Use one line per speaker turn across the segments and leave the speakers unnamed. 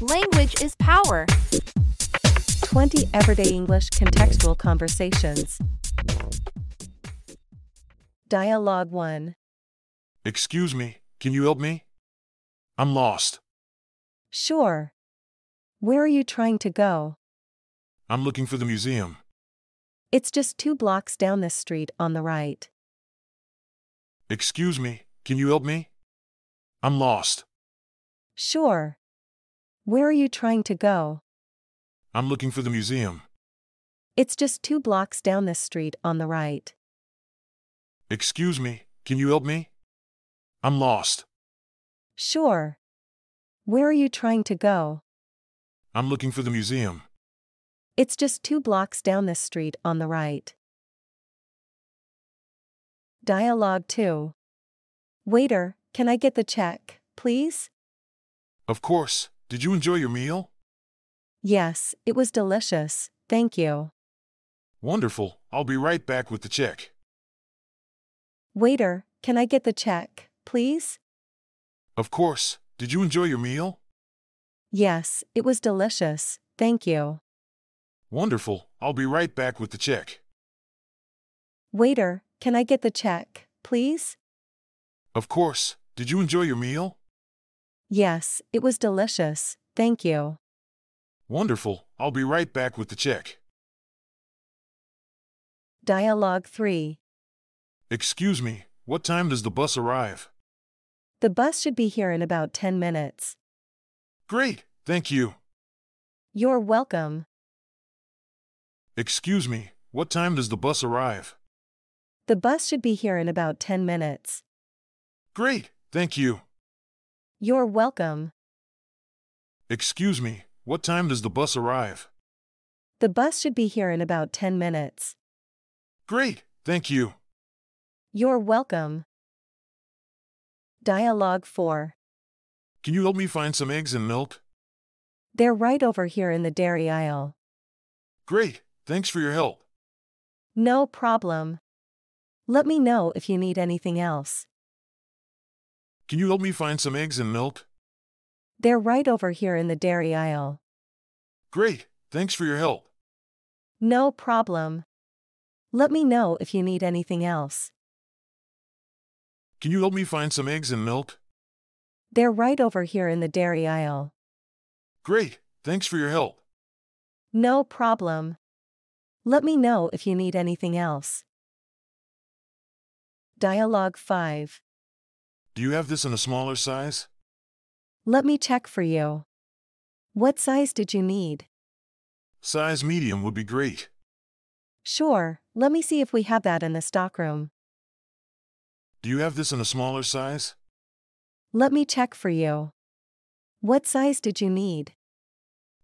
Language is power.
20 Everyday English Contextual Conversations. Dialogue 1.
Excuse me, can you help me? I'm lost.
Sure. Where are you trying to go?
I'm looking for the museum.
It's just two blocks down this street on the right.
Excuse me, can you help me? I'm lost.
Sure. Where are you trying to go?
I'm looking for the museum.
It's just two blocks down this street on the right.
Excuse me, can you help me? I'm lost.
Sure. Where are you trying to go?
I'm looking for the museum.
It's just two blocks down this street on the right. Dialogue 2. Waiter, can I get the check, please?
Of course, did you enjoy your meal?
Yes, it was delicious, thank you.
Wonderful, I'll be right back with the check.
Waiter, can I get the check, please?
Of course, did you enjoy your meal?
Yes, it was delicious, thank you.
Wonderful, I'll be right back with the check.
Waiter, can I get the check, please?
Of course, did you enjoy your meal?
Yes, it was delicious, thank you.
Wonderful, I'll be right back with the check.
Dialogue 3.
Excuse me, what time does the bus arrive?
The bus should be here in about 10 minutes.
Great, thank you.
You're welcome.
Excuse me, what time does the bus arrive?
The bus should be here in about 10 minutes.
Great, thank you.
You're welcome.
Excuse me, what time does the bus arrive?
The bus should be here in about 10 minutes.
Great, thank you.
You're welcome. Dialogue 4.
Can you help me find some eggs and milk?
They're right over here in the dairy aisle.
Great, thanks for your help.
No problem. Let me know if you need anything else.
Can you help me find some eggs and milk?
They're right over here in the dairy aisle.
Great, thanks for your help.
No problem. Let me know if you need anything else.
Can you help me find some eggs and milk?
They're right over here in the dairy aisle.
Great, thanks for your help.
No problem. Let me know if you need anything else. Dialogue 5.
Do you have this in a smaller size?
Let me check for you. What size did you need?
Size medium would be great.
Sure, let me see if we have that in the stockroom.
Do you have this in a smaller size?
Let me check for you. What size did you need?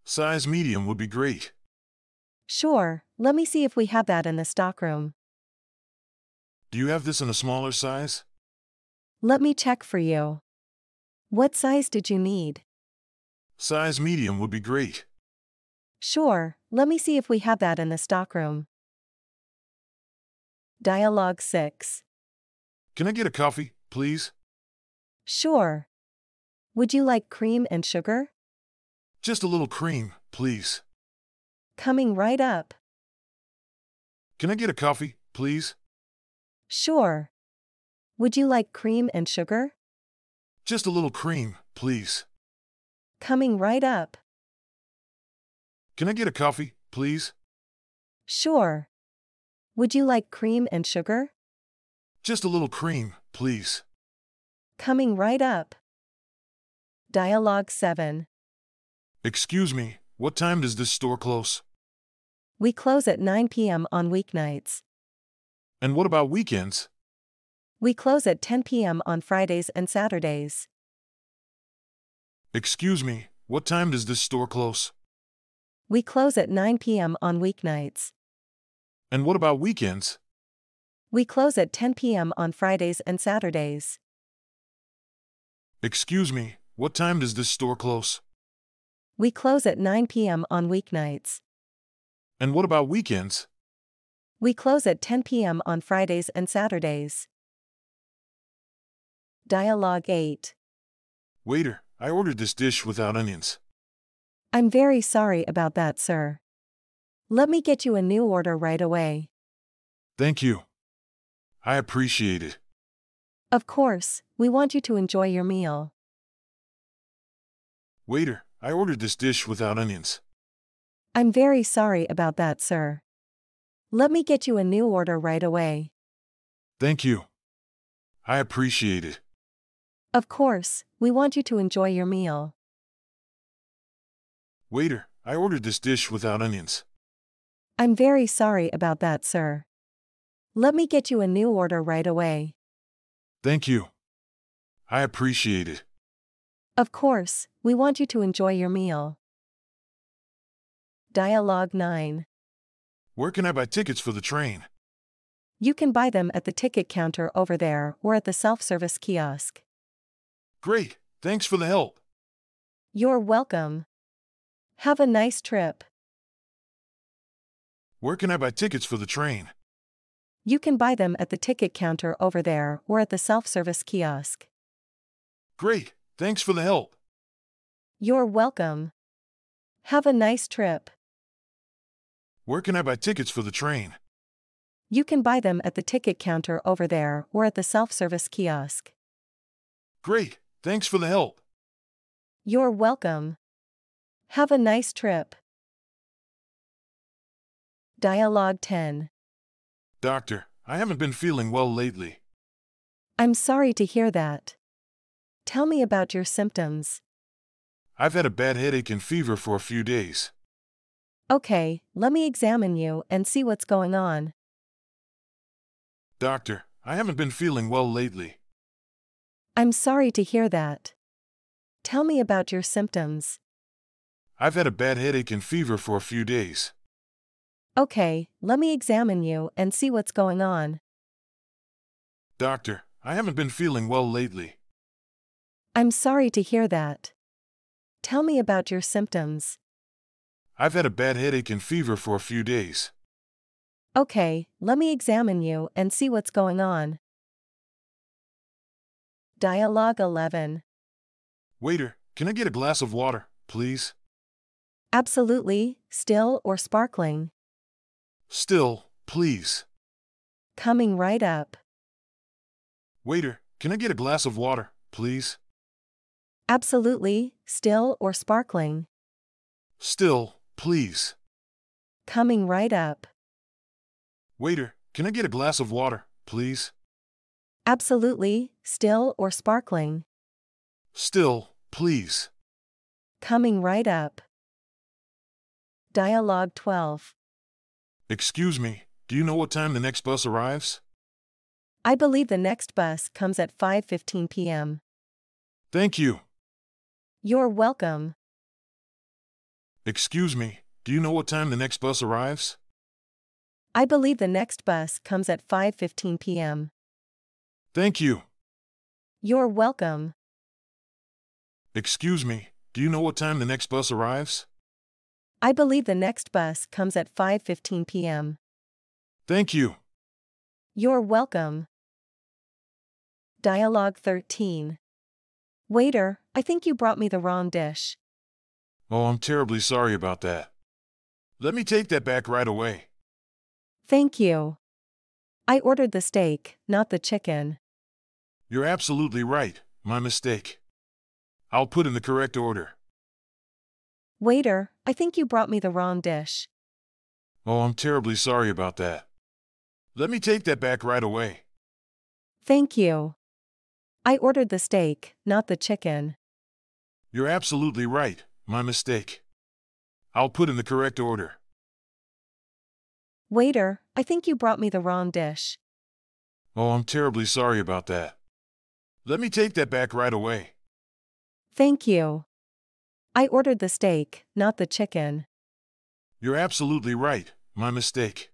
Size medium would be great.
Sure, let me see if we have that in the stockroom.
Do you have this in a smaller size?
Let me check for you. What size did you need?
Size medium would be great.
Sure, let me see if we have that in the stockroom. Dialogue 6.
Can I get a coffee, please?
Sure. Would you like cream and sugar?
Just a little cream, please.
Coming right up.
Can I get a coffee, please?
Sure. Would you like cream and sugar?
Just a little cream, please.
Coming right up.
Can I get a coffee, please?
Sure. Would you like cream and sugar?
Just a little cream, please.
Coming right up. Dialogue 7.
Excuse me, what time does this store close?
We close at 9 p.m. on weeknights.
And what about weekends?
We close at 10 p.m. on Fridays and Saturdays.
Excuse me, what time does this store close?
We close at 9 p.m. on weeknights.
And what about weekends?
We close at 10 p.m. on Fridays and Saturdays.
Excuse me, what time does this store close?
We close at 9 p.m. on weeknights.
And what about weekends?
We close at 10 p.m. on Fridays and Saturdays. Dialogue 8.
Waiter, I ordered this dish without onions.
I'm very sorry about that, sir. Let me get you a new order right away.
Thank you. I appreciate it.
Of course, we want you to enjoy your meal.
Waiter, I ordered this dish without onions.
I'm very sorry about that, sir. Let me get you a new order right away.
Thank you. I appreciate it.
Of course, we want you to enjoy your meal.
Waiter, I ordered this dish without onions.
I'm very sorry about that, sir. Let me get you a new order right away.
Thank you. I appreciate it.
Of course, we want you to enjoy your meal. Dialogue 9.
Where can I buy tickets for the train?
You can buy them at the ticket counter over there or at the self service kiosk.
Great, thanks for the help.
You're welcome. Have a nice trip.
Where can I buy tickets for the train?
You can buy them at the ticket counter over there or at the self service kiosk.
Great, thanks for the help.
You're welcome. Have a nice trip.
Where can I buy tickets for the train?
You can buy them at the ticket counter over there or at the self service kiosk.
Great, thanks for the help.
You're welcome. Have a nice trip. Dialogue 10.
Doctor, I haven't been feeling well lately.
I'm sorry to hear that. Tell me about your symptoms.
I've had a bad headache and fever for a few days.
Okay, let me examine you and see what's going on.
Doctor, I haven't been feeling well lately.
I'm sorry to hear that. Tell me about your symptoms.
I've had a bad headache and fever for a few days.
Okay, let me examine you and see what's going on.
Doctor, I haven't been feeling well lately.
I'm sorry to hear that. Tell me about your symptoms.
I've had a bad headache and fever for a few days.
Okay, let me examine you and see what's going on. Dialogue 11.
Waiter, can I get a glass of water, please?
Absolutely, still or sparkling.
Still, please.
Coming right up.
Waiter, can I get a glass of water, please?
Absolutely, still or sparkling.
Still, please.
Coming right up.
Waiter, can I get a glass of water, please?
Absolutely, still or sparkling.
Still, please.
Coming right up. Dialogue 12.
Excuse me, do you know what time the next bus arrives?
I believe the next bus comes at 5:15 p.m.
Thank you.
You're welcome.
Excuse me, do you know what time the next bus arrives?
I believe the next bus comes at 5:15 p.m.
Thank you.
You're welcome.
Excuse me, do you know what time the next bus arrives?
I believe the next bus comes at 5:15 p.m.
Thank you.
You're welcome. Dialogue 13. Waiter, I think you brought me the wrong dish.
Oh, I'm terribly sorry about that. Let me take that back right away.
Thank you. I ordered the steak, not the chicken.
You're absolutely right, my mistake. I'll put in the correct order.
Waiter, I think you brought me the wrong dish.
Oh, I'm terribly sorry about that. Let me take that back right away.
Thank you. I ordered the steak, not the chicken.
You're absolutely right, my mistake. I'll put in the correct order.
Waiter, I think you brought me the wrong dish.
Oh, I'm terribly sorry about that. Let me take that back right away.
Thank you. I ordered the steak, not the chicken.
You're absolutely right, my mistake.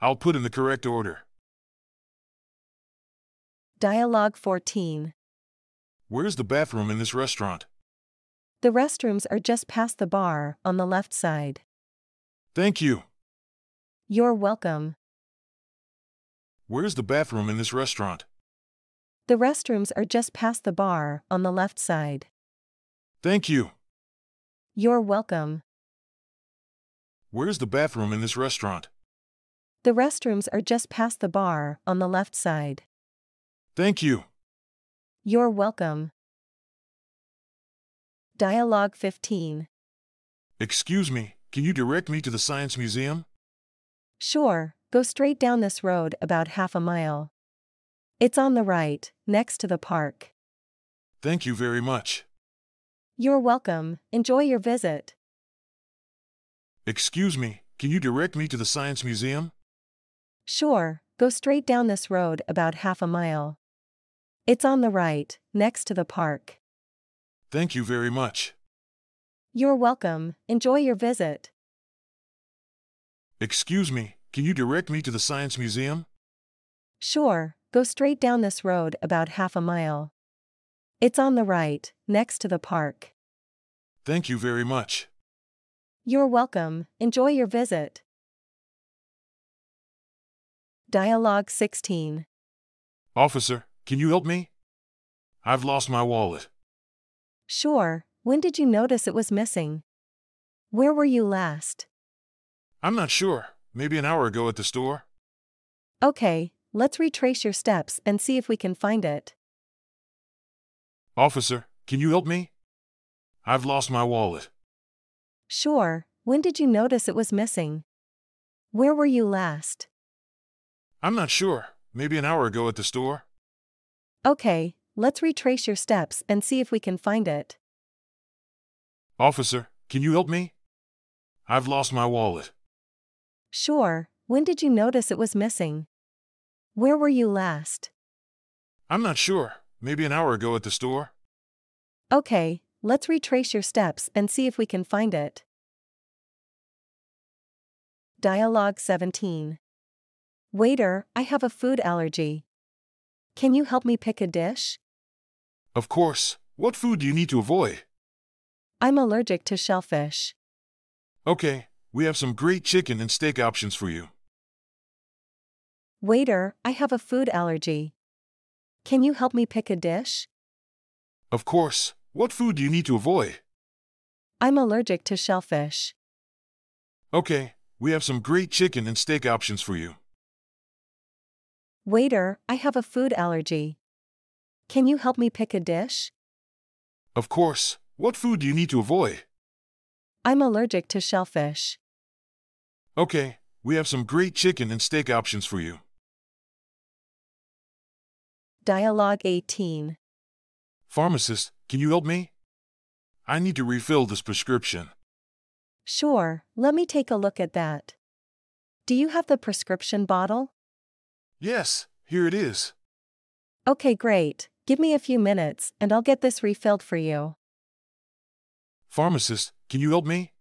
I'll put in the correct order.
Dialogue 14.
Where's the bathroom in this restaurant?
The restrooms are just past the bar, on the left side.
Thank you.
You're welcome.
Where's the bathroom in this restaurant?
The restrooms are just past the bar, on the left side.
Thank you.
You're welcome.
Where's the bathroom in this restaurant?
The restrooms are just past the bar on the left side.
Thank you.
You're welcome. Dialogue 15.
Excuse me, can you direct me to the Science Museum?
Sure, go straight down this road about half a mile. It's on the right, next to the park.
Thank you very much.
You're welcome. Enjoy your visit.
Excuse me, can you direct me to the Science Museum?
Sure, go straight down this road about half a mile. It's on the right, next to the park.
Thank you very much.
You're welcome. Enjoy your visit.
Excuse me, can you direct me to the Science Museum?
Sure, go straight down this road about half a mile. It's on the right, next to the park.
Thank you very much.
You're welcome. Enjoy your visit. Dialogue 16.
Officer, can you help me? I've lost my wallet.
Sure, when did you notice it was missing? Where were you last?
I'm not sure, maybe an hour ago at the store.
Okay, let's retrace your steps and see if we can find it.
Officer, can you help me? I've lost my wallet.
Sure, when did you notice it was missing? Where were you last?
I'm not sure, maybe an hour ago at the store.
Okay, let's retrace your steps and see if we can find it.
Officer, can you help me? I've lost my wallet.
Sure, when did you notice it was missing? Where were you last?
I'm not sure, maybe an hour ago at the store.
Okay, let's retrace your steps and see if we can find it. Dialogue 17 Waiter, I have a food allergy. Can you help me pick a dish?
Of course, what food do you need to avoid?
I'm allergic to shellfish.
Okay, we have some great chicken and steak options for you.
Waiter, I have a food allergy. Can you help me pick a dish?
Of course, what food do you need to avoid?
I'm allergic to shellfish.
Okay, we have some great chicken and steak options for you.
Waiter, I have a food allergy. Can you help me pick a dish?
Of course, what food do you need to avoid?
I'm allergic to shellfish.
Okay, we have some great chicken and steak options for you.
Dialogue 18.
Pharmacist, can you help me? I need to refill this prescription.
Sure, let me take a look at that. Do you have the prescription bottle?
Yes, here it is.
Okay, great. Give me a few minutes and I'll get this refilled for you.
Pharmacist, can you help me?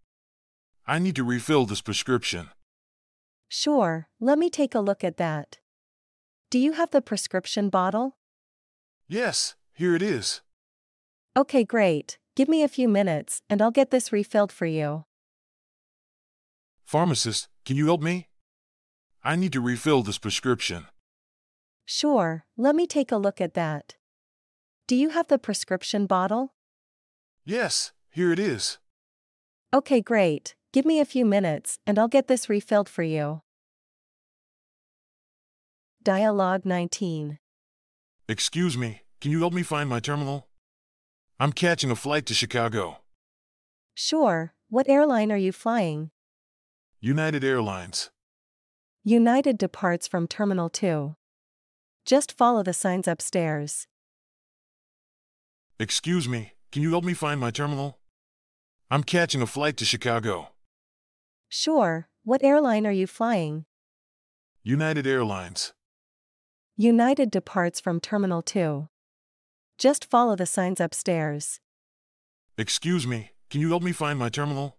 I need to refill this prescription.
Sure, let me take a look at that. Do you have the prescription bottle?
Yes, here it is.
Okay, great. Give me a few minutes and I'll get this refilled for you.
Pharmacist, can you help me? I need to refill this prescription.
Sure, let me take a look at that. Do you have the prescription bottle?
Yes, here it is.
Okay, great. Give me a few minutes and I'll get this refilled for you. Dialogue 19.
Excuse me, can you help me find my terminal? I'm catching a flight to Chicago.
Sure, what airline are you flying?
United Airlines.
United departs from Terminal 2. Just follow the signs upstairs.
Excuse me, can you help me find my terminal? I'm catching a flight to Chicago.
Sure, what airline are you flying?
United Airlines.
United departs from Terminal 2. Just follow the signs upstairs.
Excuse me, can you help me find my terminal?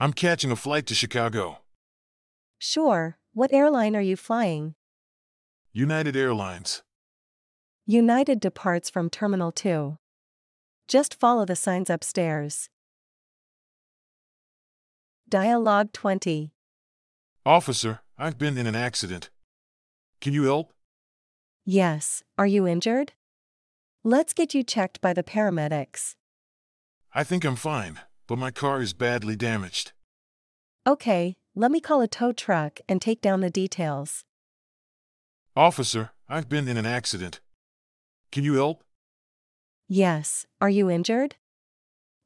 I'm catching a flight to Chicago.
Sure, what airline are you flying?
United Airlines.
United departs from Terminal 2. Just follow the signs upstairs. Dialogue 20.
Officer, I've been in an accident. Can you help?
Yes, are you injured? Let's get you checked by the paramedics.
I think I'm fine, but my car is badly damaged.
Okay, let me call a tow truck and take down the details.
Officer, I've been in an accident. Can you help?
Yes, are you injured?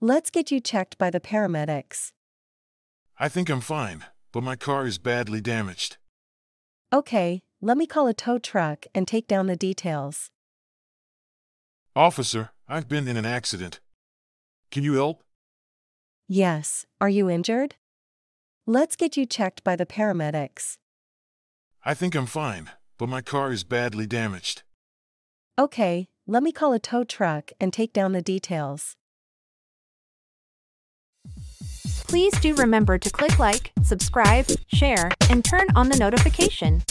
Let's get you checked by the paramedics.
I think I'm fine, but my car is badly damaged.
Okay, let me call a tow truck and take down the details.
Officer, I've been in an accident. Can you help?
Yes, are you injured? Let's get you checked by the paramedics.
I think I'm fine, but my car is badly damaged.
Okay, let me call a tow truck and take down the details.
Please do remember to click like, subscribe, share, and turn on the notification.